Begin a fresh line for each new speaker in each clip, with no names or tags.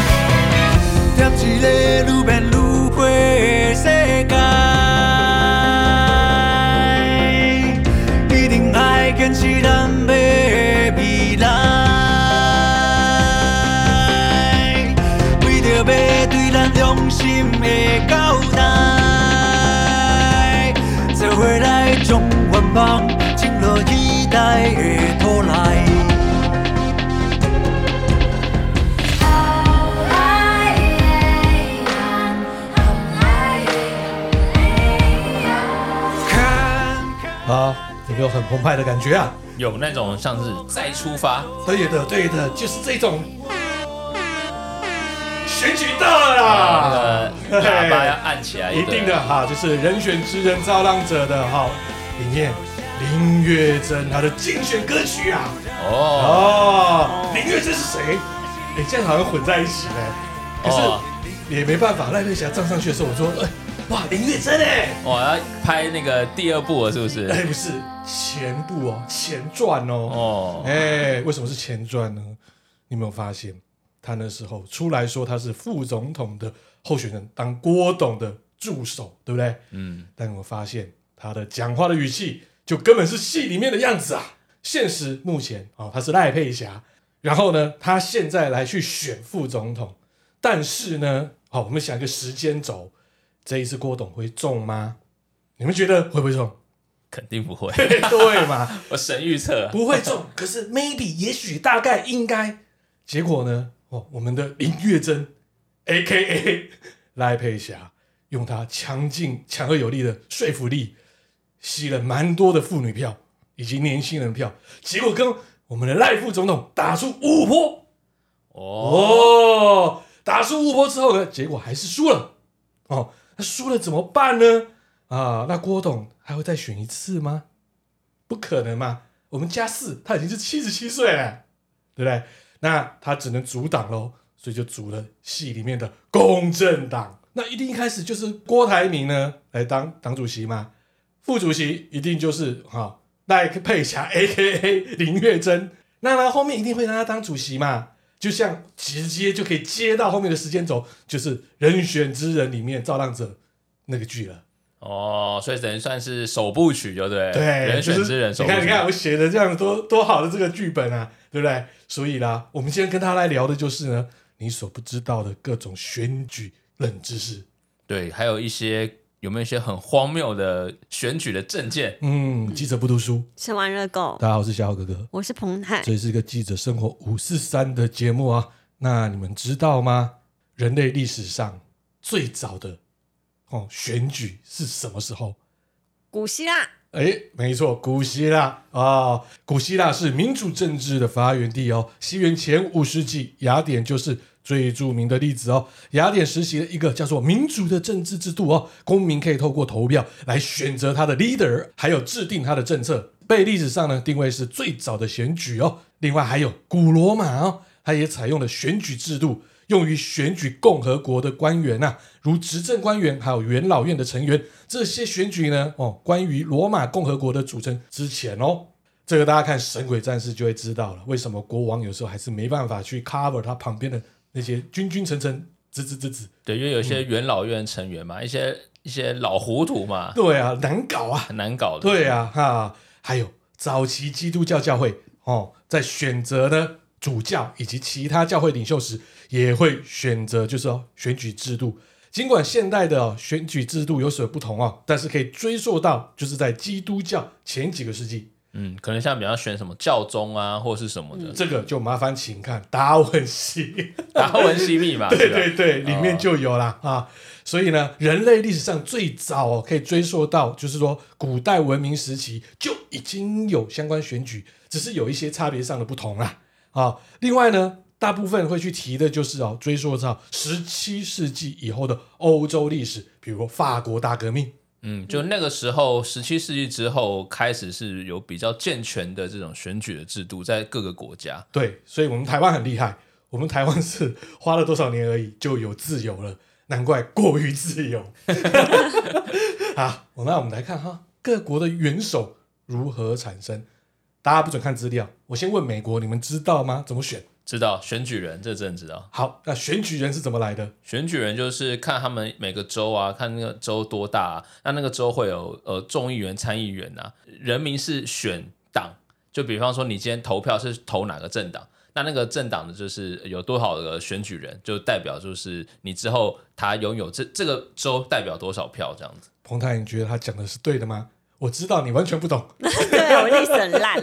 点一个愈变愈花的世界，一定爱坚持咱要的未来，为着要对咱良心的交代，做伙来将愿望种落期待的土内。
啊，有没有很澎湃的感觉啊？
有那种像是再出发，
对的，对的，就是这种。选举到了 啦，
那个喇叭要按起来，
一定的。哈，就是人选之人造浪者的哈，里面林月珍她的竞选歌曲啊。
哦，
哦，林月珍是谁？哎，这样好像混在一起嘞。可
哦
是也没办法，赖佩霞站上去的时候，我说，哎，哇，林月珍哎，
我要拍那个第二部了，是不是？
哎，不是前部哦，前传哦。
哦，
哎，为什么是前传呢？你有没有发现，他那时候出来说他是副总统的候选人，当郭董的助手，对不对？
嗯，
但我发现他的讲话的语气就根本是戏里面的样子啊。现实目前啊、哦，他是赖佩霞，然后呢，他现在来去选副总统，但是呢，哦好、我们想一个时间轴，这一次郭董会中吗？你们觉得会不会中？
肯定不会，
对嘛，
我神预测。
不会中。可是 maybe 也许大概应该，结果呢？哦，我们的林月珍，A K A 赖佩霞，用她强劲、强而有力的说服力，吸了蛮多的妇女票以及年轻人票，结果跟我们的赖副总统打出五五波
哦，
哦，打出五波之后呢，结果还是输了哦。那输了怎么办呢？啊，那郭董还会再选一次吗？不可能嘛！我们加四，他已经是七十七岁了，对不对？那他只能阻挡喽，所以就组了戏里面的公正党。那一定一开始就是郭台铭呢来当党主席嘛，副主席一定就是哈赖、佩霞 A K A 林月珍，那呢后面一定会让他当主席嘛，就像直接就可以接到后面的时间轴，就是《人选之人》里面造浪者那个剧了。
哦，所以等于算是首部曲，就对了。
对，
人选之人
就是
首
你
部
看，你看
曲。
我写的这样多多好的这个剧本啊，对不对？所以啦，我们今天跟他来聊的就是呢，你所不知道的各种选举冷知识。
对，还有一些有没有一些很荒谬的选举的证件？
嗯，记者不读书。
吃完热狗，
大家好，我是小浩哥哥，
我是彭泰
这。里是一个记者生活五四三的节目啊。那你们知道吗？人类历史上最早的哦选举是什么时候？
古希腊
哎，没错，古希腊啊、哦古希腊是民主政治的发源地哦。西元前五世纪，雅典就是最著名的例子哦。雅典实行了一个叫做民主的政治制度哦，公民可以透过投票来选择他的 leader，还有制定他的政策，被历史上呢定位是最早的选举哦。另外还有古罗马哦，它也采用了选举制度，用于选举共和国的官员呐、啊如执政官员还有元老院的成员。这些选举呢，哦，关于罗马共和国的组成之前哦，这个大家看《神鬼战士》就会知道了。为什么国王有时候还是没办法去 cover 他旁边的那些君君臣臣、子子子子？
对，因为有
嗯
些元老院成员嘛，一些一些老糊涂嘛，
对啊，难搞啊。
很难搞的。
对啊，哈，还有早期基督教教会哦，在选择呢主教以及其他教会领袖时，也会选择就是哦选举制度。尽管现代的、哦、选举制度有所不同哦，但是可以追溯到就是在基督教前几个世纪，
嗯，可能像比方选什么教宗啊，或是什么的，
这个就麻烦请看达文西。
达文西密 码，
对
是吧哦
对对，里面就有啦、啊。所以呢，人类历史上最早、哦、可以追溯到，就是说古代文明时期就已经有相关选举，只是有一些差别上的不同啦。啊，另外呢，大部分会去提的就是哦，追溯到十七世纪以后的欧洲历史，比如法国大革命
嗯，就那个时候，十七世纪之后开始是有比较健全的这种选举的制度，在各个国家。
对，所以我们台湾很厉害，我们台湾是花了多少年而已就有自由了，难怪过于自由。 好，那我们来看哈，各国的元首如何产生？大家不准看资料，我先问美国，你们知道吗？怎么选？
知道选举人，这真的知道。
好，那选举人是怎么来的？
选举人就是看他们每个州啊，看那个州多大、啊，那那个州会有呃众议员、参议员啊。人民是选党，就比方说你今天投票是投哪个政党，那那个政党呢就是有多少个选举人，就代表就是你之后他拥有这这个州代表多少票这样子。
彭太，你觉得他讲的是对的吗？我知道你完全不懂，
对我历史很烂，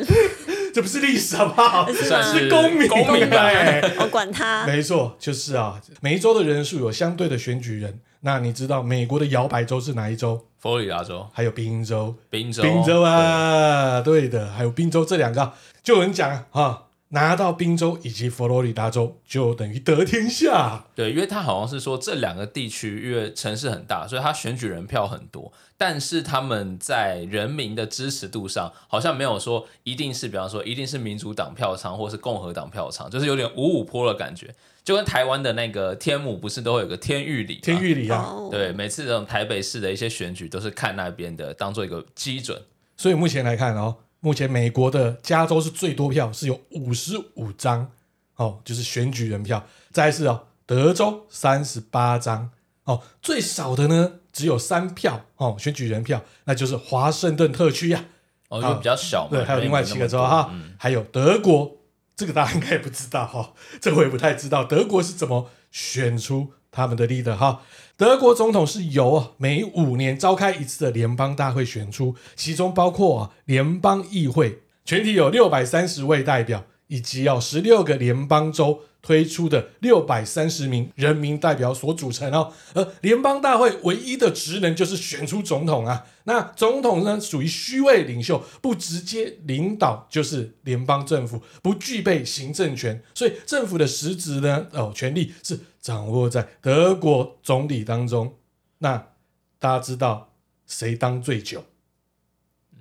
这不是历史好不好？
是
算
吗？
是
公民
公民吧
哎
我管他，
没错，就是啊，每一州的人数有相对的选举人。那你知道美国的摇摆州是哪一州？
佛罗里达州、
还有宾州，
宾州、
宾州啊，对的，还有宾州这两个啊，就有人讲啊啊，拿到宾州以及佛罗里达州就等于得天下。
对，因为他好像是说这两个地区因为城市很大，所以他选举人票很多，但是他们在人民的支持度上好像没有说一定是，比方说一定是民主党票仓或是共和党票仓，就是有点五五坡的感觉，就跟台湾的那个天母不是都会有个天域里吗
天域里啊，
哦，
对，每次这种台北市的一些选举都是看那边的当做一个基准，
所以目前来看哦，目前美国的加州是最多票，是有五十五张哦，就是选举人票。再来是哦，德州三十八张哦，最少的呢只有三票哦，选举人票，那就是华盛顿特区呀、
哦，就比较小嘛。
对，还有
人
另
没
外
那
七
么
个州啊
多
哈
嗯，
还有德国，这个大家应该也不知道哈，这我也不太知道德国是怎么选出他们的 leader 哈。德国总统是由啊每五年召开一次的联邦大会选出，其中包括啊联邦议会，全体有六百三十位代表，以及要十六个联邦州推出的六百三十名人民代表所组成哦。而联邦大会唯一的职能就是选出总统啊。那总统呢，属于虚位领袖，不直接领导，就是联邦政府，不具备行政权，所以政府的实质呢，哦，权力是掌握在德国总理当中。那大家知道谁当最久？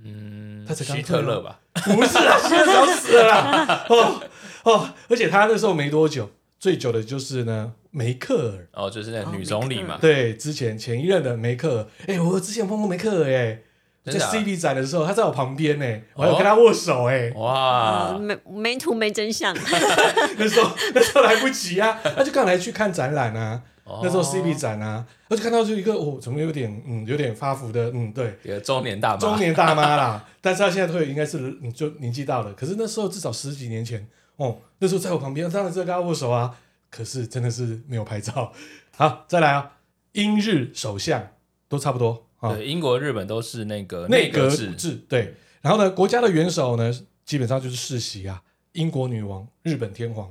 嗯，
他才刚
希
退
特
吗
勒吧？
不是啊，现在早死了啦 哦哦，而且他那时候没多久，最久的就是呢梅克尔，
哦，就是那个
哦
女
梅
总理
克尔
嘛。
对，之前前一任的梅克尔，哎、我之前碰过梅克尔、哎，我在
真的啊
CD 展的时候，他在我旁边呢、哎我还有
哦
跟他握手、哎、
哇
呃，没没图没真相，
那时候那时候来不及啊，他就刚来去看展览啊，
哦
那时候 CD 展啊，我就看到就一个哦，怎么有点嗯有点发福的，嗯，对，
一个中年大妈，
中年大妈啦，但是她现在退休应该是嗯就年纪大了，可是那时候至少十几年前哦，那时候在我旁边，当然是要跟她握手啊，可是真的是没有拍照。好，再来啊，英日首相都差不多啊，
对，英国、日本都是那个
内阁
阁
制制对，然后呢，国家的元首呢，基本上就是世袭啊，英国女王、日本天皇，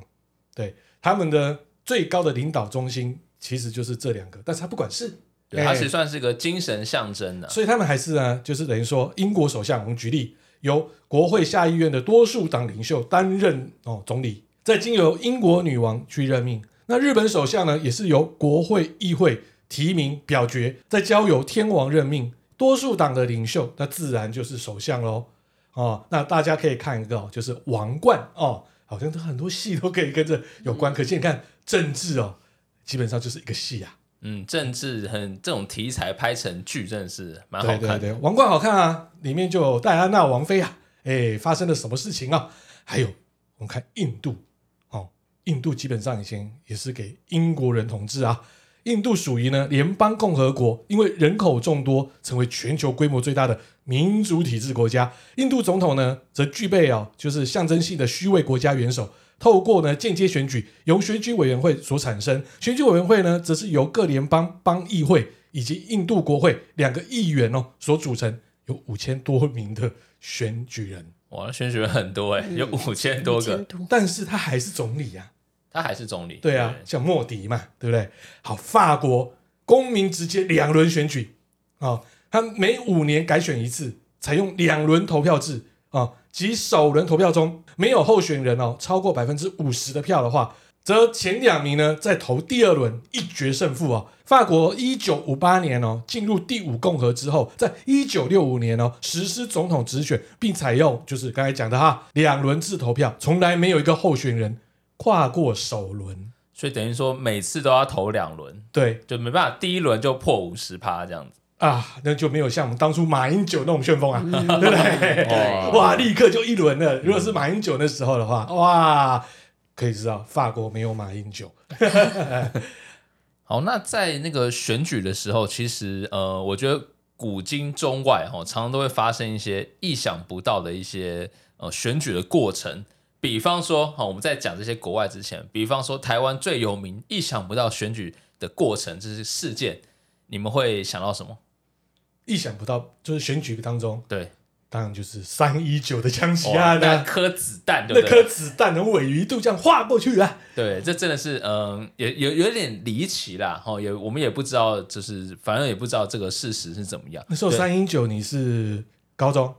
对他们的最高的领导中心其实就是这两个，但是他不管是，
对，
哎
它是算是个精神象征啊的、
所以他们还是呢，就是等于说英国首相，我们举例，由国会下议院的多数党领袖担任哦总理，再经由英国女王去任命。那日本首相呢，也是由国会议会提名表决，再交由天王任命。多数党的领袖，那自然就是首相喽。哦，那大家可以看一个、哦，就是王冠哦，好像很多戏都可以跟这有关。可见你看政治哦，基本上就是一个戏啊。
嗯，政治很这种题材拍成剧，真的是蛮好
对
看的。
对对，王冠好看啊，里面就有戴安娜王妃啊，哎，发生了什么事情啊？还有我们看印度，哦，印度基本上以前也是给英国人统治啊。印度属于呢联邦共和国，因为人口众多，成为全球规模最大的民主体制国家。印度总统呢，则具备哦，就是象征性的虚位国家元首，透过呢间接选举，由选举委员会所产生。选举委员会呢，则是由各联邦邦议会以及印度国会两个议员哦所组成，有五千多名的选举人，
哇，选举人很多哎、有五千多个
监，督
但是他还是总理啊呀、
他还是总理。
对啊，像莫迪嘛，对不对？好，法国公民直接两轮选举啊、哦，他每五年改选一次，采用两轮投票制啊、哦，即首轮投票中没有候选人哦超过百分之五十的票的话，则前两名呢在投第二轮一决胜负哦。法国一九五八年哦进入第五共和之后，在一九六五年哦实施总统直选，并采用就是刚才讲的哈两轮制投票，从来没有一个候选人跨过首轮。
所以等于说每次都要投两轮，
对
就没办法，第一轮就破五十趴这样子。
啊，那就没有像我们当初马英九那种旋风啊，对不 对？
哦
哇，立刻就一轮了。如果是马英九那时候的话，哇，可以知道法国没有马英九。
好，那在那个选举的时候，其实呃，我觉得古今中外哈、哦，常常都会发生一些意想不到的一些呃选举的过程。比方说，哈、我们在讲这些国外之前，比方说台湾最有名、意想不到选举的过程，这是事件，你们会想到什么？
意想不到，就是选举当中，
对，
当然就是三一九的枪击
哇
案
那
啊，
颗子弹，
那
对不
颗
对？
子弹的尾鱼肚这样划过去啊，
对，这真的是，嗯，也有有点离奇啦，哈、也我们也不知道，就是反正也不知道这个事实是怎么样。
那时候
对
三一九你是高中，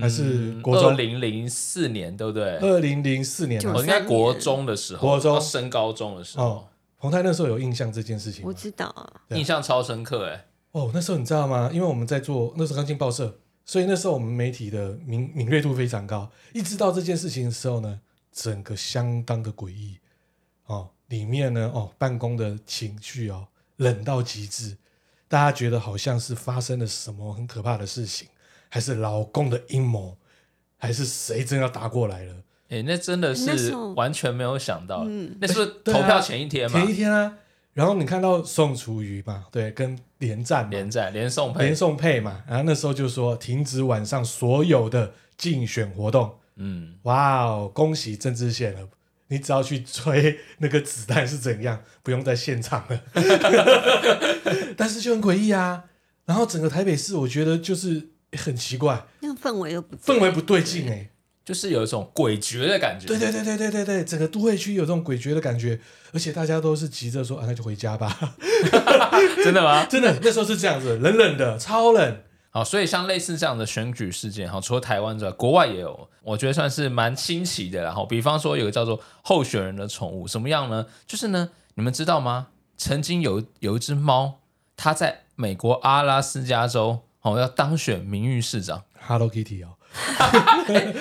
还是国
嗯二
中？
零零四年，对不对？
二零零四年嘛
就
我
是
应该国中的时候，
国中
要升高中的时候
哦，，彭泰那时候有印象这件事情
我
吗？
知道啊，
对啊
印象超深刻哎。
哦，那时候你知道吗？因为我们在做那时候刚进报社，所以那时候我们媒体的敏敏锐度非常高。一知道这件事情的时候呢，整个相当的诡异哦，里面呢哦办公的情绪哦冷到极致，大家觉得好像是发生了什么很可怕的事情，还是老公的阴谋，还是谁真要打过来了？
哎，那真的
那
是
时候
完全没有想到
嗯，
那是不是
对啊
投票前一天嘛？
前一天啊，然后你看到宋楚瑜嘛，对，跟连战嘛
连战连宋
连
配，
宋配嘛，然后那时候就说停止晚上所有的竞选活动。
嗯，
哇哦，恭喜郑智宪了！你只要去吹那个子弹是怎样，不用在现场了。 但是就很诡异啊。然后整个台北市，我觉得就是很奇怪，
那氛围又不对
氛围不对劲哎、
就是有一种诡谲的感觉。
对对对对对对对，整个都会区有这种诡谲的感觉，而且大家都是急着说啊，那就回家吧。
对，真的吗？
真的，那时候是这样子，冷冷的，超冷。
好，所以像类似这样的选举事件，哈，除了台湾之外，国外也有，我觉得算是蛮新奇的啦。然后，比方说有个叫做候选人的宠物，什么样呢？就是呢，你们知道吗？曾经有有一只猫，它在美国阿拉斯加州哦要当选名誉市长，
Hello Kitty 哦，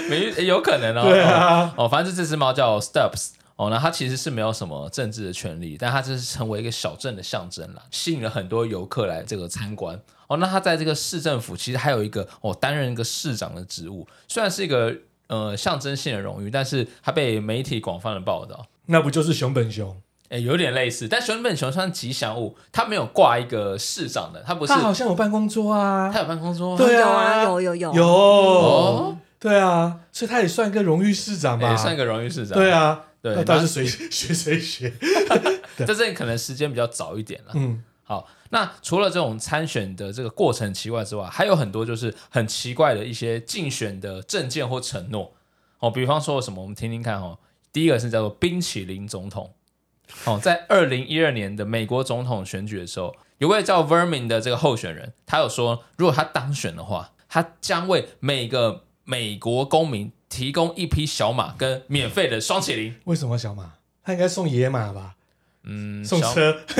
名誉诶有可能哦。
对啊，
哦，反正这只猫叫 Stubbs。哦，那它其实是没有什么政治的权利，但它就是成为一个小镇的象征啦，吸引了很多游客来这个参观。哦，那它在这个市政府其实还有一个哦，担任一个市长的职务，虽然是一个呃象征性的荣誉，但是它被媒体广泛的报道。
那不就是熊本熊？
诶，有点类似，但熊本熊算吉祥物，它没有挂一个市长的，它不是，
他好
它
像有办公桌啊，
有办公桌吗，
对
有
啊
啊，有有有
有，
哦
对啊，所以他也算一个荣誉市长吧，
诶算一个荣誉市长，
对，啊，
对
那到底是谁 学谁学？
这阵可能时间比较早一点了，
嗯，
好，那除了这种参选的这个过程奇怪之外，还有很多就是很奇怪的一些竞选的证件或承诺哦，比方说什么，我们听听看哦。第一个是叫做冰淇淋总统哦，在二零一二年的美国总统选举的时候，有位叫 Vermin 的这个候选人，他有说，如果他当选的话，他将为每个美国公民提供一匹小马跟免费的双淇淋。
为什么小马？他应该送野马吧，
嗯，
送
小
车？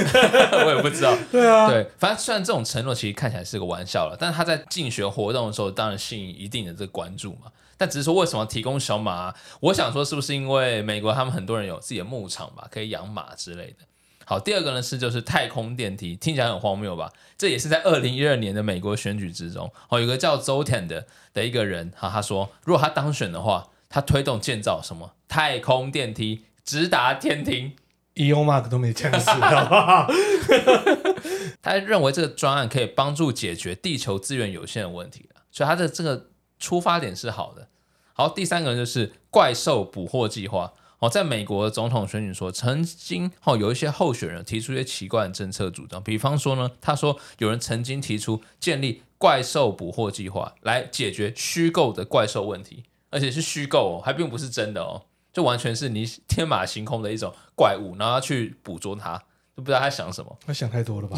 我也不知道。
对啊，
对，反正虽然这种承诺其实看起来是个玩笑了，但是他在竞选活动的时候，当然吸引一定的这个关注嘛。但只是说为什么提供小马、我想说是不是因为美国他们很多人有自己的牧场吧，可以养马之类的。好，第二个呢是就是太空电梯，听起来很荒谬吧？这也是在二零一二年的美国选举之中，哦，有个叫 Zotan 的的一个人，哈，他说如果他当选的话，他推动建造什么太空电梯，直达天庭。
e o Mark 都没这样 子，好不好？
他认为这个专案可以帮助解决地球资源有限的问题了所以他的这个出发点是好的。好，第三个就是怪兽捕获计划。哦，在美国总统选举说，曾经哦有一些候选人提出一些奇怪的政策主张，比方说呢，他说有人曾经提出建立怪兽捕获计划来解决虚构的怪兽问题，而且是虚构哦，还并不是真的哦，就完全是你天马行空的一种怪物，然后要去捕捉它，就不知道他想什么。
他想太多了吧？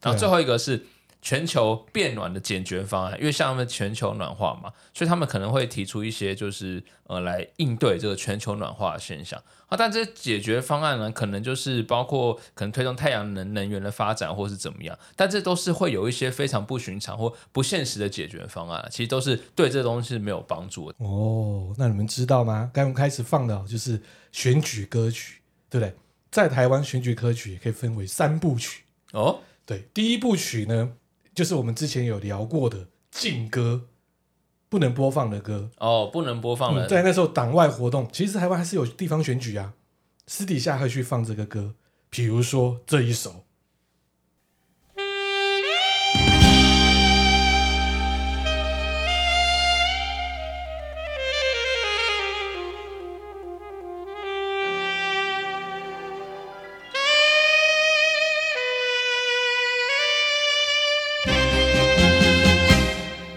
然后最后一个是全球变暖的解决方案，因为像他们全球暖化嘛，所以他们可能会提出一些就是呃来应对这个全球暖化的现象啊。但这些解决方案呢，可能就是包括可能推动太阳能能源的发展，或是怎么样，但这都是会有一些非常不寻常或不现实的解决方案，其实都是对这东西是没有帮助的。
哦，那你们知道吗？刚我们开始放的哦就是选举歌曲，对不对？在台湾选举歌曲也可以分为三部曲。
哦，
对，第一部曲呢，就是我们之前有聊过的禁歌，不能播放的歌。
哦，不能播放了。
嗯，在那时候党外活动，其实台湾还是有地方选举啊，私底下会去放这个歌，比如说这一首。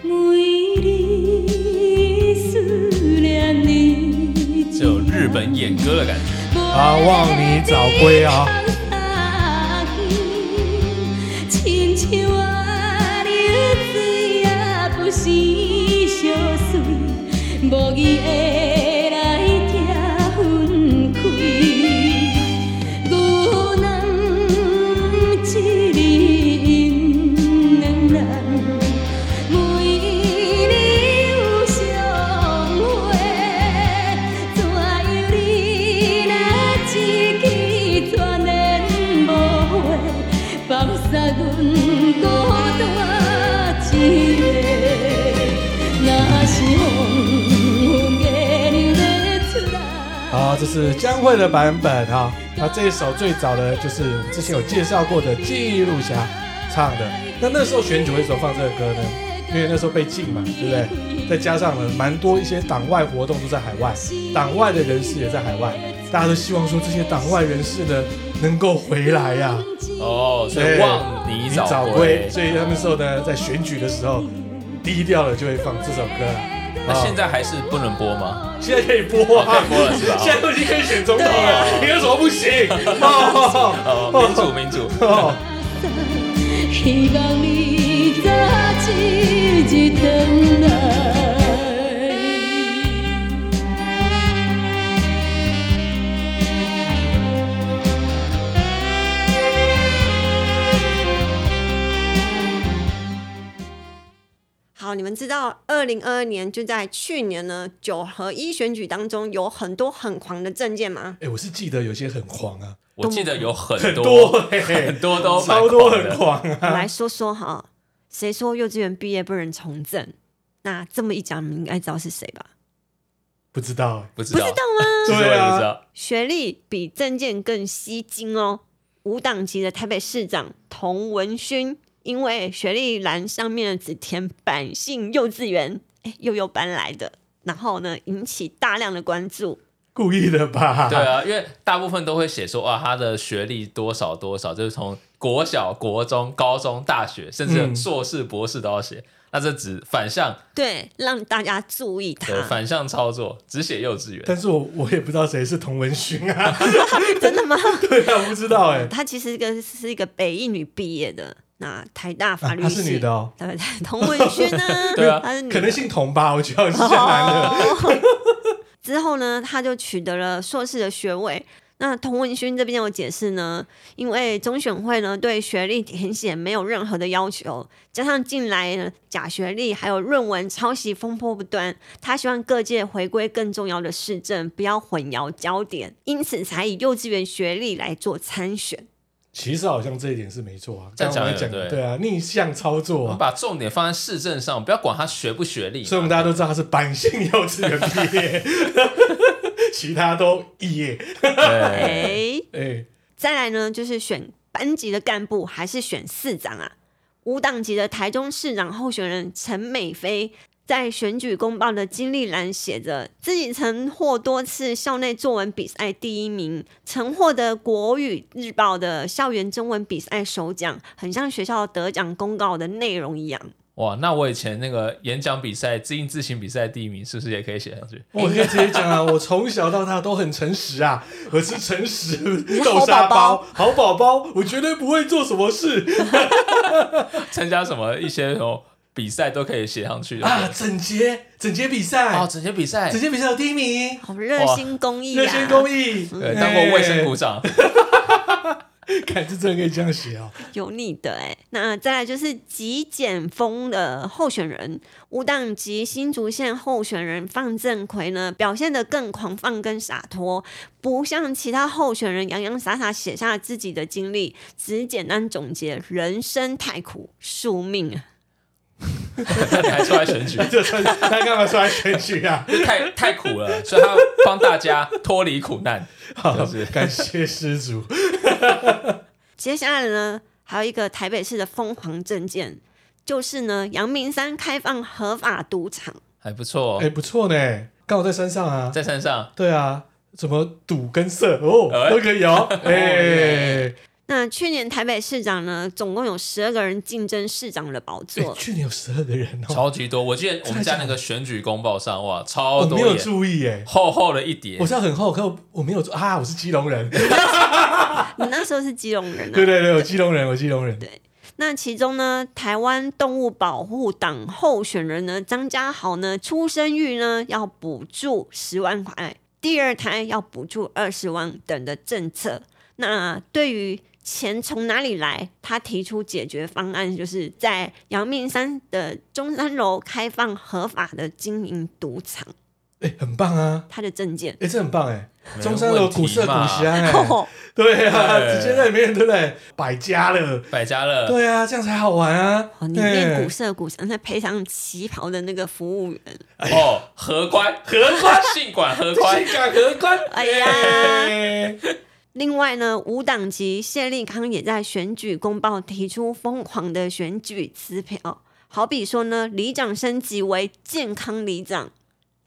每日思念你，
这有日本演歌的感觉。
啊，望你早归啊！
亲像我流水也不是相随，无义的来拆分开。牛郎一日姻两人，每日有相会，怎样你若一句全然无话，放下阮孤单一个，若是风雨的日出来。
啊，这是江蕙的版本啊。那这一首最早的就是我们之前有介绍过的记录侠唱的。那那时候选举为什么放这个歌呢？因为那时候被禁嘛，对不对？再加上呢，蛮多一些党外活动都在海外，党外的人士也在海外，大家都希望说这些党外人士呢能够回来呀、
哦，所以
对
望你
你
早
早
归
归。。所以他们说呢，在选举的时候低调了就会放这首歌啊。
那
啊
现在还是不能播吗？
现在可以播啊，
哦可以播了是吧啊
现在都已经可以选总统了，你为什么不行？哦
哦，民主民主。
哦，
希望你早一日回来。
好，你们知道，二零二二年就在去年呢九合一选举当中，有很多很狂的证 件吗？
哎，我是记得有些很狂啊，
我记得有很
很
多
多嘿嘿
很多都蛮
超多
狂的
很狂啊，
我来说说哈，谁说幼稚园毕业不能从政？那这么一讲，你们应该知道是谁吧？
不知道
不知道，其实我
对
也不知
啊，
道。
学历比证件更吸睛哦。无党籍的台北市长童文勋，因为学历栏上面只填板姓幼稚园，哎，幼幼班来的，然后呢，引起大量的关注。
故意的吧？
对，啊，因为大部分都会写说啊，他的学历多少多少，就是从国小、国中、高中、大学，甚至
嗯
硕士、博士都要写。那这只反向
对，让大家注意
对
他，
反向操作，只写幼稚园。，
但是我我也不知道谁是童文勋啊，
真的吗？
对啊，我不知道哎，
他其实一个是一个北一女毕业的，那台大法律系，
啊她是女的哦
对，童文勋呢
对啊
她是女的
可能姓童吧，我觉得是男 的，
之后呢，他就取得了硕士的学位。那童文勋这边有解释呢，因为中选会呢对学历填写没有任何的要求，加上近来呢假学历还有论文抄袭风波不断，他希望各界回归更重要的市政，不要混淆焦点，因此才以幼稚园学历来做参选。
其实好像这一点是没错啊，
这
刚刚
样讲
我
也
们讲的
对
对啊，逆向操作
我们
啊。
把重点放在市政上，不要管他学不学历嘛。
所以我们大家都知道他是板性幼稚园毕业， 其他都肄业。
对
哎，
哎、
再来呢，就是选班级的干部还是选市长啊？无党籍的台中市长候选人陈美菲在选举公报的经历栏写着，自己曾获多次校内作文比赛第一名，曾获得国语日报的校园征文比赛首奖，很像学校得奖公告的内容一样。
哇，那我以前那个演讲比赛、自印自行比赛第一名，是不是也可以写上去？
我可以直接讲啊，我从小到大都很诚实啊，我是诚实
是好
豆沙
宝宝
包、好宝宝，我绝对不会做什么事
参加什么一些什么比赛都可以写上去 的。
啊！整洁整洁比赛
哦，，整些比赛
整洁比赛有第一名，
好热心公益
热
啊
心！公益，
对当过卫生股
股，
长，
看这真的可以这样写哦。
有你的哎、那再来就是极简风的候选人，无党籍新竹县候选人范正奎呢，表现得更狂放跟洒脱，不像其他候选人洋洋洒洒写下自己的经历，只简单总结人生太苦，宿命啊！
那你还出来选举，
这穿他干嘛出来选举啊？
这太太苦了，所以他要帮大家脱离苦难。
好
就是，
感谢施主。
接下来呢，还有一个台北市的凤凰证件，就是呢，阳明山开放合法赌场。
还不错、哦
哎、不错呢，刚好在山上啊。
在山上
对啊，怎么赌跟色哦、
哎
都可以哦。哎、
那去年台北市长呢，总共有十二个人竞争市长的宝
哎
座，
去年有十二个人哦、
超级多，我记得我们家那个选举公报上，哇，超
我哦
多
没有
页，
注意哎、
厚厚的一叠
我。知道很厚，可我我没有注啊，我是基隆人。 对
你那时候是基隆人
对
啊。
对，我基隆人，我基隆人。
那其中呢，台湾动物保护党候选人呢，张家豪呢，出生育呢要补助十万块，第二胎要补助二十万等的政策。那对于钱从哪里来，他提出解决方案，就是在阳明山的中山楼开放合法的经营赌场。
哎、很棒啊！
他的证件，
哎、这很棒哎、
没
中山楼
问题
古色古
嘛
香哎、
哦，
对啊，
对
直接在里面对不对？百家了，
百家乐，
对啊，这样才好玩啊！
哦里面
哎
古色古香，再配上旗袍的那个服务员，
哦，荷官，荷官，信管荷官，
性感荷官，
哎呀
哎
另外呢，无党籍谢立康也在选举公报提出疯狂的选举支票，好比说呢，里长升级为健康里长，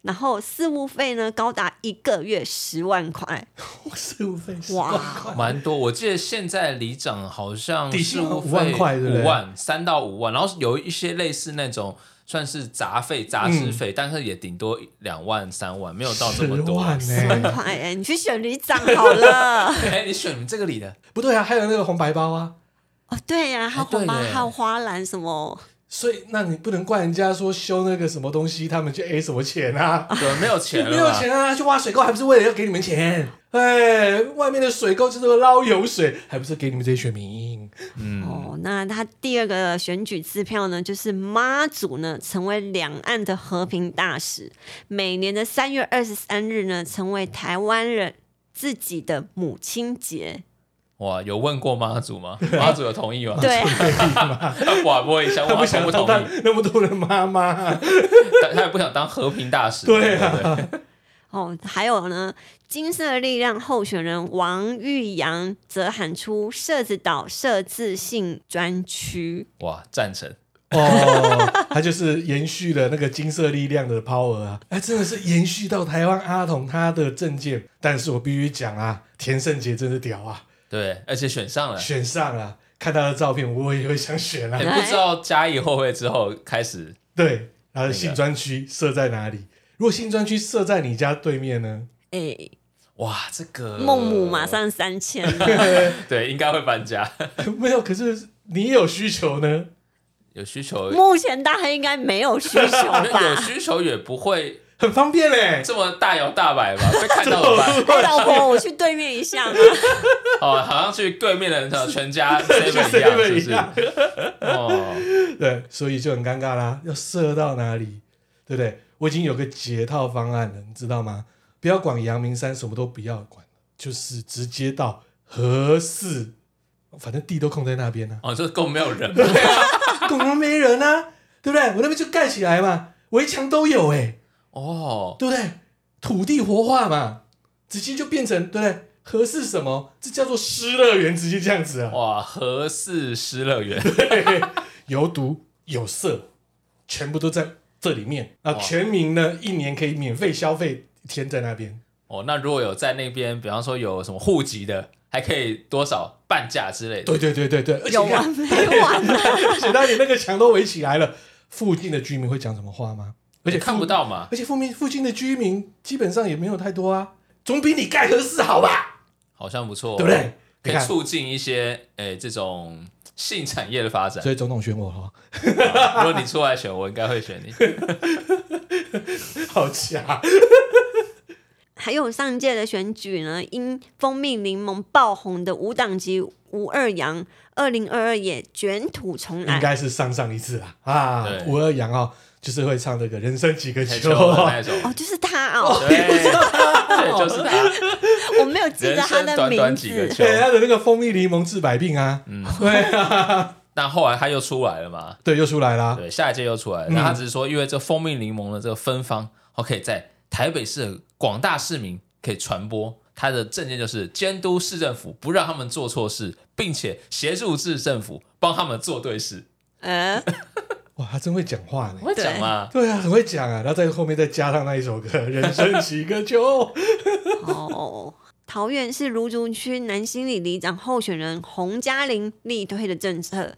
然后事务费呢高达一个月十万块，
十五分
哇！
蛮多。我记得现在里长好像
底
是
薪好像5万块对不对
五万三到五万，然后有一些类似那种算是杂费、杂支费，但是也顶多两万、三万，没有到这
嗯
么
十
多。
万
十万
呢、
块哎、你去选里长好了。
哎，你选这个里的，
不对啊，还有那个红白包啊，
哦，对呀、还有红包，
对耶
还有花篮什么，
所以那你不能怪人家说修那个什么东西，他们就 A 什么钱啊？
对，没有钱
没
了
有
啦。
钱啊，去挖水沟还不是为了要给你们钱？哎，外面的水沟就是捞油水，还不是给你们这些选民？
嗯
哦，那他第二个选举支票呢，就是妈祖呢成为两岸的和平大使，每年的三月二十三日呢，成为台湾人自己的母亲节。
哇，有问过妈祖吗？妈祖有同意吗？
对啊，
哇，我也 想
他
问
不
他同
想
不
当
同
当
意，
那么多人妈 妈，
但他也不想当和平大使。
对
不对
啊，
哦，还有呢，金色力量候选人王玉阳则喊出社子岛设置性专区。
哇，赞成。
哦，他就是延续了那个金色力量的 power 啊，哎，真的是延续到台湾阿童他的证件，但是我必须讲啊，田胜杰真是屌啊，
对，而且选上了。
选上了，看他的照片我也会想选啊
也，不知道嘉义会不会之后开始
对，然后
个
新专区设在哪里？如果新专区设在你家对面呢？
哎，
哇，这个
孟母马上三千了，
呃对，应该会搬家。
没有，可是你也有需求呢，
有需求，
目前大家应该 没有需求吧？
有需求也不会
很方便 嘞、
这么大摇大摆吧？被看到了 吧？
哎，老婆，我去对面一下 嘛。
哦，好像去对面的人的 全家 seven 一样，是
对
不
一样
是？哦，
对，所以就很尴尬啦，要设到哪里，对不对？我已经有个解套方案了，你知道吗？不要管阳明山，什么都不要管，就是直接到合适，反正地都空在那边啊，
哦，这够没有人，
根本没人啊，对不对？我那边就盖起来嘛，围墙都有哎、
哦，
对不对？土地活化嘛，直接就变成对不对？合适什么？这叫做失乐园，直接这样子啊，
哇，何氏失乐园，
有毒有色，全部都在这里面啊！
哇
全民呢一年可以免费消费一天在那边，
哦，那如果有在那边，比方说有什么户籍的，还可以多少半价之类的，
对对对对对，而且
有
你看
完没完啊？
而且那里那个墙都围起来了，附近的居民会讲什么话吗？而且
看
附
不，到嘛，
而且附近附近的居民基本上也没有太多啊，总比你盖合适好吧？
好像不错，
对不对？你
可
看
以，促进一些诶、这种性产业的发展。
所以总统选我哈，
啊如果你出来选，我应该会选 你。
好假！
还有上届的选举呢，因蜂蜜柠檬爆红的无党籍吴二阳，二零二二也卷土重
应
来。
该是上上一次啊啊
对，
吴二阳啊，就是会唱这个人生几个
很
球
穷的 那种，
哦，就是他哦，
对，对，就是他，
我没有记得
人
他
生
的
短
名
短几个
字。
秋。
对，他的那个蜂蜜柠檬治百病啊，
嗯
对啊，
那后来他又出来了嘛，
对，又出来啦，
对，下一届又出来了。那
嗯
他只是说，因为这蜂蜜柠檬的这个芬芳，我可以在台北市的广大市民可以传播。他的证件就是监督市政府，不让他们做错事，并且协助市政府帮他们做对事。
呃，
哇，他真会讲话呢。
我会讲吗？
对啊，很会讲啊，然后在后面再加上那一首歌《人生几个 秋》
哦，桃园市芦竹区南新里里长候选人洪嘉玲力推的政策，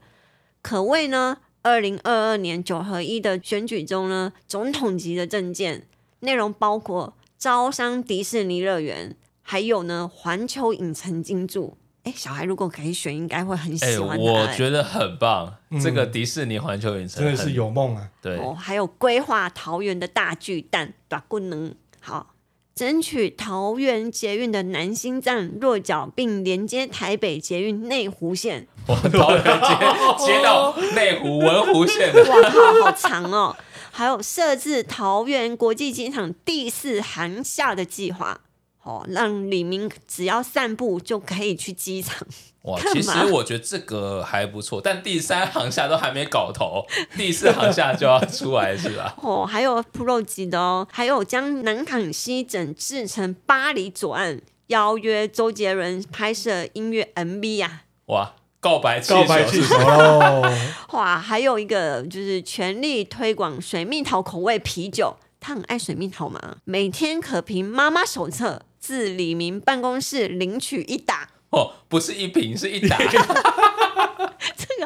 可谓呢，二零二二年九合一的选举中呢，总统级的政见内容包括招商迪士尼乐园，还有呢环球影城进驻。哎，小孩如果可以选，应该会很
哎、
喜欢它
我
哎
觉得很棒，
嗯
这个迪士尼环球影城
真的是
很
有梦啊！
对，
哦，还有规划桃园的大巨蛋短棍能好，争取桃园捷运的南新站落脚，并连接台北捷运内湖线。
我桃园 街街到内湖文湖线的，
哇靠，好长哦！ 还有设置桃园国际机场第四航厦的计划。哦，让李明只要散步就可以去机场，
哇，
干嘛
其实我觉得这个还不错，但第三行下都还没搞头，第四行下就要出来是吧？
哦，还有 Pro 级的哦，还有将南港西整治成巴黎左岸，邀约周杰伦拍摄音乐 MV 啊，
哇，告白 气
告
球
白气
是
球哦喽，
哇，还有一个就是全力推广水蜜桃口味啤酒。他很爱水蜜桃嘛，每天可凭妈妈手册自李明办公室领取一打，
哦，不是一瓶 是一打，
这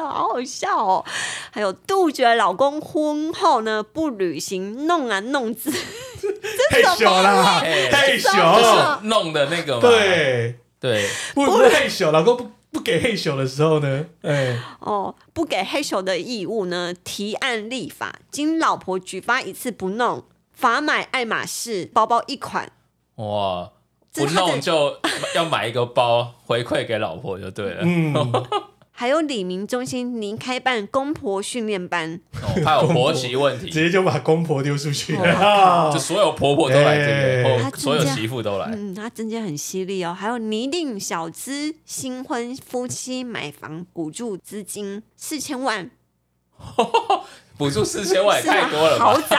个好好笑哦。还有杜绝老公婚后呢不履行弄啊弄字，
太小啦，
哎
太
就
小，
是弄的那个嘛，
哦对，
对，
不不太小，老公不不给嘿咻的时候呢，哎，
哦，不给黑手的义务呢，提案立法，经老婆举发一次不弄，罚买爱马仕包包一款。
哇。
这
不
是他的
弄就要买一个包回馈给老婆就对了，
嗯，
哦
还有李明中心拟开办公婆训练班，
哦怕有婆媳问 题
直，接就把公婆丢出去
哦
了
就。所有婆婆都来
嗯
这
哎
个，
他
或
真
所有
这样
媳妇都来，
嗯，他证件很犀利哦。还有拟定小资新婚夫妻买房补助资金四千万，
补助四千万也
是啊
太多了
豪
吧？
宅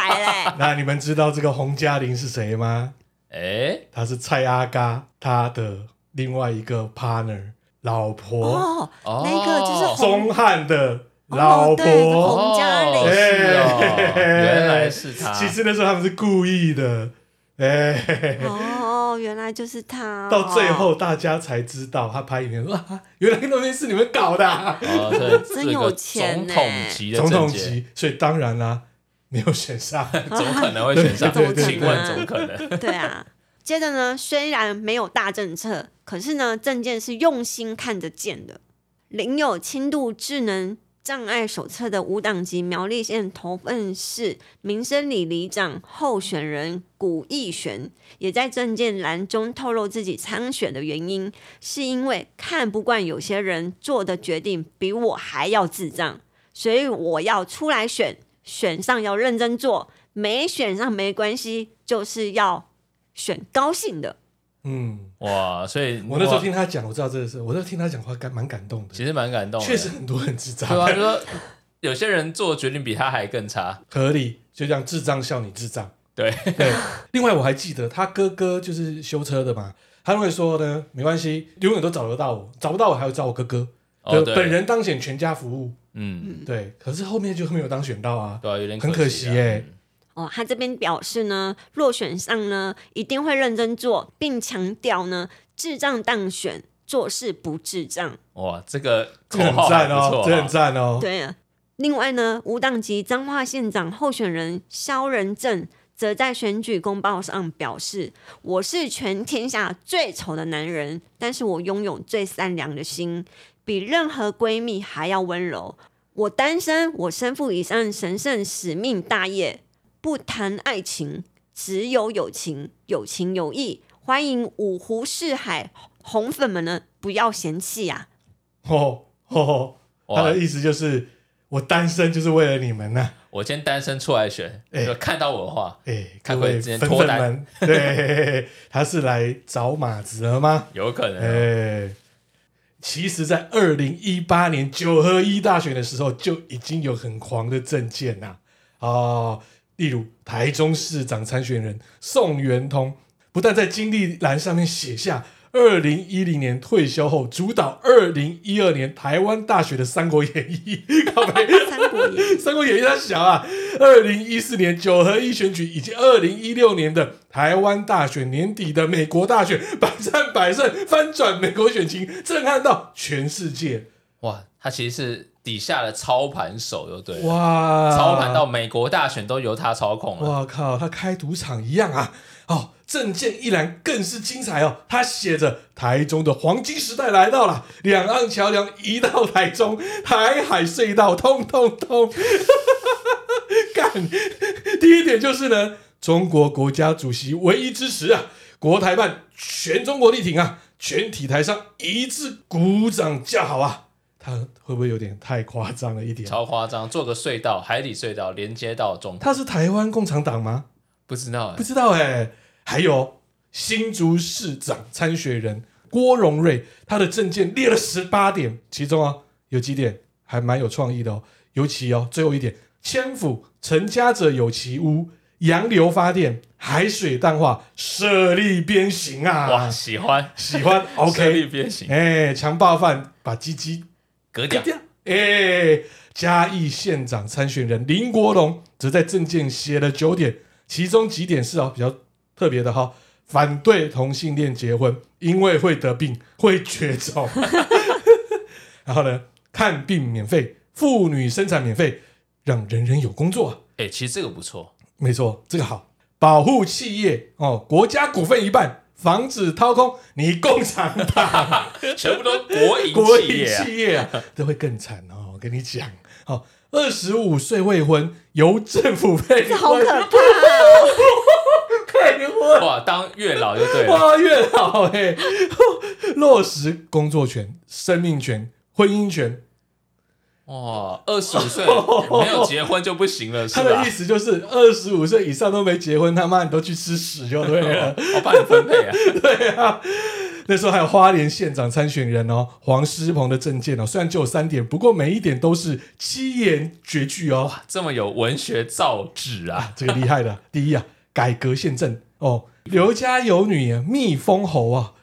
嘞
。那你们知道这个洪嘉玲是谁吗？
哎、
她是蔡阿嘎他的另外一个 partner 老婆，
哦，
哦
那个就是洪
钟汉的老
哦对是
婆。
洪嘉玲
哦是哦，
哎
原来是他。
其实那时候他们是故意的，哎、嘿嘿嘿
哦，原来就是他哦。
到最后大家才知道他拍影片说啊，原来那边是你们搞的啊、
哦，对，
真有钱
这个
呢
总统级的
总统
政界，
级，所以当然啦、没有选上。
总可能 会选上。
对对对
请问总可能？
对啊，接着呢，虽然没有大政策，可是呢，证件是用心看得见的。领有轻度智能障碍手册的无党籍苗栗县头份市民生里里长候选人古义璇，也在证件栏中透露自己参选的原因，是因为看不惯有些人做的决定比我还要智障，所以我要出来选，选上要认真做，没选上没关系，就是要选高兴的。
嗯，
哇，所以
我那时候
哇
听他讲，我知道这个事，我那时候听他讲话感蛮感动的，
其实蛮感动的，
确实很多很智障，
对啊，就说有些人做决定比他还更差，
合理，就这样智障笑你智障。
对，
对，另外我还记得他哥哥就是修车的嘛，他会说呢，没关系，永远都找得到我，找不到我还要找我哥哥，
哦，
对
对，
本，人当选全家服务，
嗯，
对，可是后面就没有当选到啊，
对啊，有点
很可惜
啊
耶
嗯
哦，他这边表示呢，落选上呢一定会认真做，并强调呢，智障当选，做事不智障。
哇，这个
这
口
个很
号还
赞
不
哦
错，啊，
这个很赞哦，
对啊，另外呢，无党籍彰化县长候选人萧仁正则在选举公报上表示：“我是全天下最丑的男人，但是我拥有最善良的心，比任何闺蜜还要温柔。我单身，我身负以上神圣使命大业，不谈爱情，只有友情，有情有义。欢迎五湖四海红粉们呢，不要嫌弃啊！
哦哦，他
哇
的意思就是我单身就是为了你们呐、
我今天单身出来选，
哎
就看到我的话，
哎，
开
各
会
位
之前
粉
脱
粉
单
们，对，他是来找马子了吗？
有可能哦、
哎，其实，在二零一八年九合一大选的时候，就已经有很狂的政见呐、哦，例如台中市长参选人宋元通，不但在经历栏上面写下二零一零年退休后主导二零一二年台湾大学的《三国演义》靠北，
三国演义
《三国演义》它小啊，二零一四年九合一选举以及二零一六年的台湾大选、年底的美国大选，百战百胜，翻转美国选情，震撼到全世界！
哇，他其实是底下的操盘手，就对了，
哇，
操盘到美国大选都由他操控了。
我靠，他开赌场一样啊！哦，证件一栏更是精彩哦，他写着台中的黄金时代来到了，两岸桥梁移到台中，台海隧道通通通。 干，第一点就是呢，中国国家主席唯一支持啊，国台办全中国力挺啊，全体台上一致鼓掌叫好啊。他会不会有点太夸张了一点？
超夸张，做个隧道，海底隧道连接到中国，
他是台湾共产党吗？
不知道、欸
不，知道哎、还有新竹市长参选人郭荣瑞，他的证件列了十八点，其中啊有几点还蛮有创意的哦，尤其哦最后一点，千府陈家者有其屋，洋流发电，海水淡化，舍利鞭刑啊！
哇，喜欢
喜欢
设立
OK，
变形，
哎、强暴犯把鸡鸡
格调
哎、嘉义县长参选人林国龙则在证件写了九点，其中几点是哦比较特别的哈、反对同性恋结婚，因为会得病，会绝种。 然后呢，看病免费，妇女生产免费，让人人有工作、啊。
哎、其实这个不错，
没错，这个好，保护企业哦，国家股份一半，防止掏空，你共产党。
全部都国 营
国
企
营
业、啊，
企业啊，这会更惨哦！我跟你讲，哦，二十五岁未婚，由政府配
这好可
婚，
怕哦！
配 婚
哇，当月老就对了，
哇，月老哎、落实工作权、生命权、婚姻权，
哇，二十五岁没有结婚就不行了，是
他
吧
的意？思就是二十五岁以上都没结婚，他妈你都去吃屎就对了。
我帮你分配啊，
对啊，那时候还有花莲县长参选人哦，黄诗鹏的证件哦，虽然只有三点，不过每一点都是七言绝句哦。
这么有文学造诣啊，
这个厉害的。第一啊，改革宪政哦，刘家有女啊，蜜蜂侯啊，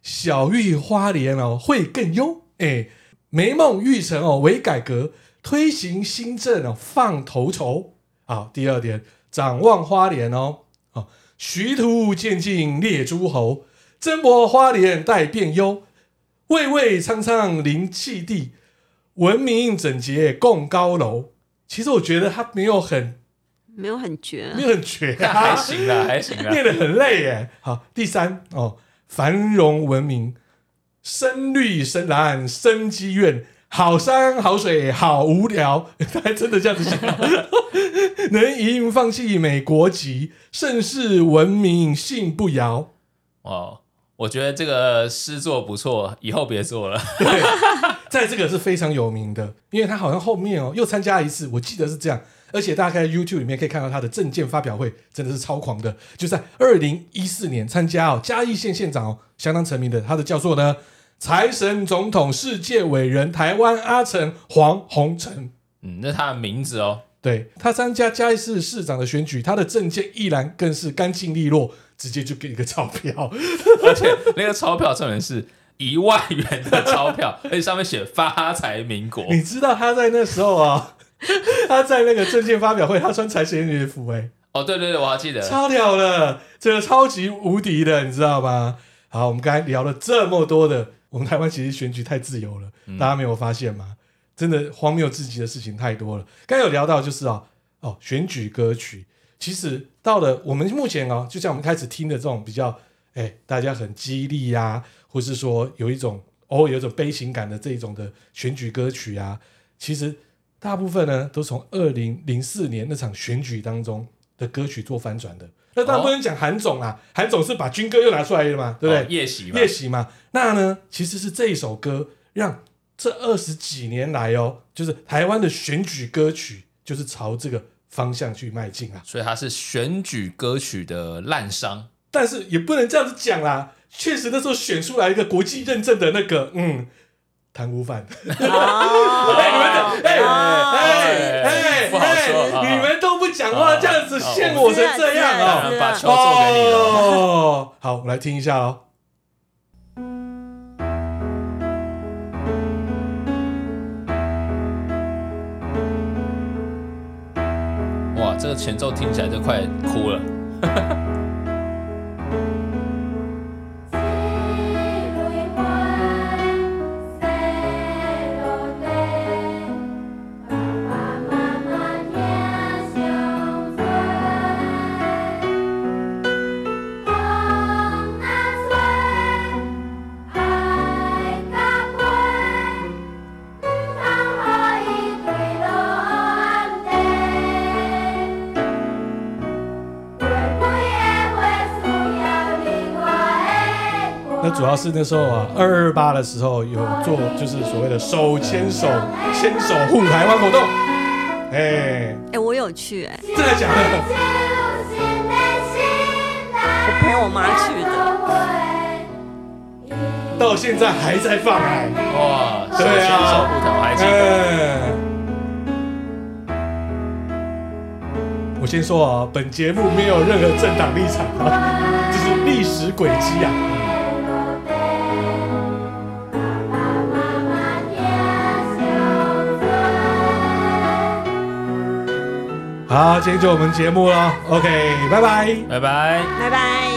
小玉花莲哦，会更优。哎，梅梦玉成哦，为改革推行新政哦，放头筹。好，第二点，展望花莲哦，哦，徐图渐进列诸侯，争博花莲待变优，蔚蔚苍苍临气地，文明整洁共高楼。其实我觉得他没有很
没有很绝 啊
没，有很绝、
那
啊，
还行啊啦，还行啦，
念得很累耶。好，第三哦，繁荣文明，深绿深蓝深积怨，好山好水好无聊， 他还真的这样子写啊， 能一应放弃美国籍，盛世文明信不摇。
哦。我觉得这个诗作不错，以后别做了。
对，在这个是非常有名的，因为他好像后面哦又参加一次，我记得是这样。而且大家在 YouTube 里面可以看到他的证件发表会，真的是超狂的，就在二零一四年参加哦嘉义县县长哦相当成名的，他的叫做呢财神总统世界伟人台湾阿成黄宏成。
嗯，那他的名字哦，
对他参加嘉义市市长的选举，他的证件一栏更是干净利落，直接就给一个 钞票，
而且那个钞票重点是一万元的钞票， 而且上面写“发财民国
你知道他在那时候啊、 他在那个证件发表会，他穿财神爷服哎、”。
哦，对对对，我还记得。
超屌的，这个超级无敌的，你知道吗？好，我们刚才聊了这么多的，我们台湾其实选举太自由了，大家没有发现吗？真的荒谬至极的事情太多了。刚才有聊到就是啊，哦，选举歌曲，其实到了我们目前啊，就像我们开始听的这种比较，哎，大家很激励呀、或是说有一种偶尔有一种悲情感的这一种的选举歌曲啊，其实大部分呢都从二零零四年那场选举当中的歌曲做翻转的。那大部分人讲韩总啊，韩总是把军歌又拿出来了嘛，对不对？
哦夜袭嘛
夜袭嘛。那呢，其实是这一首歌让这二十几年来哦，就是台湾的选举歌曲，就是朝这个方向去迈进啊。
所以它是选举歌曲的滥觞。
但是也不能这样子讲啦，确实那时候选出来一个国际认证的那个，嗯，贪污犯。 哎，你们
哦
的，哎哎哎
不好说啊
哎，你们都不讲话，这样子陷我成这样
当
哦。
然把球啊做给你了。
哦，好，我们来听一下哦。
哇，这个前奏听起来就快哭了。
那主要是那时候啊，二二八的时候有做就是所谓的手牵手牵手护台湾活动，哎，
哎、我有去哎、
真的假的？
我陪我妈去的。
到现在还在放哎、
哇，手
对
牵
啊
手不条，我还记得。
嗯，我先说啊，本节目没有任何政党立场啊，这是历史轨迹啊。好，今天就我们节目了，OK，拜拜。
拜拜。
拜拜。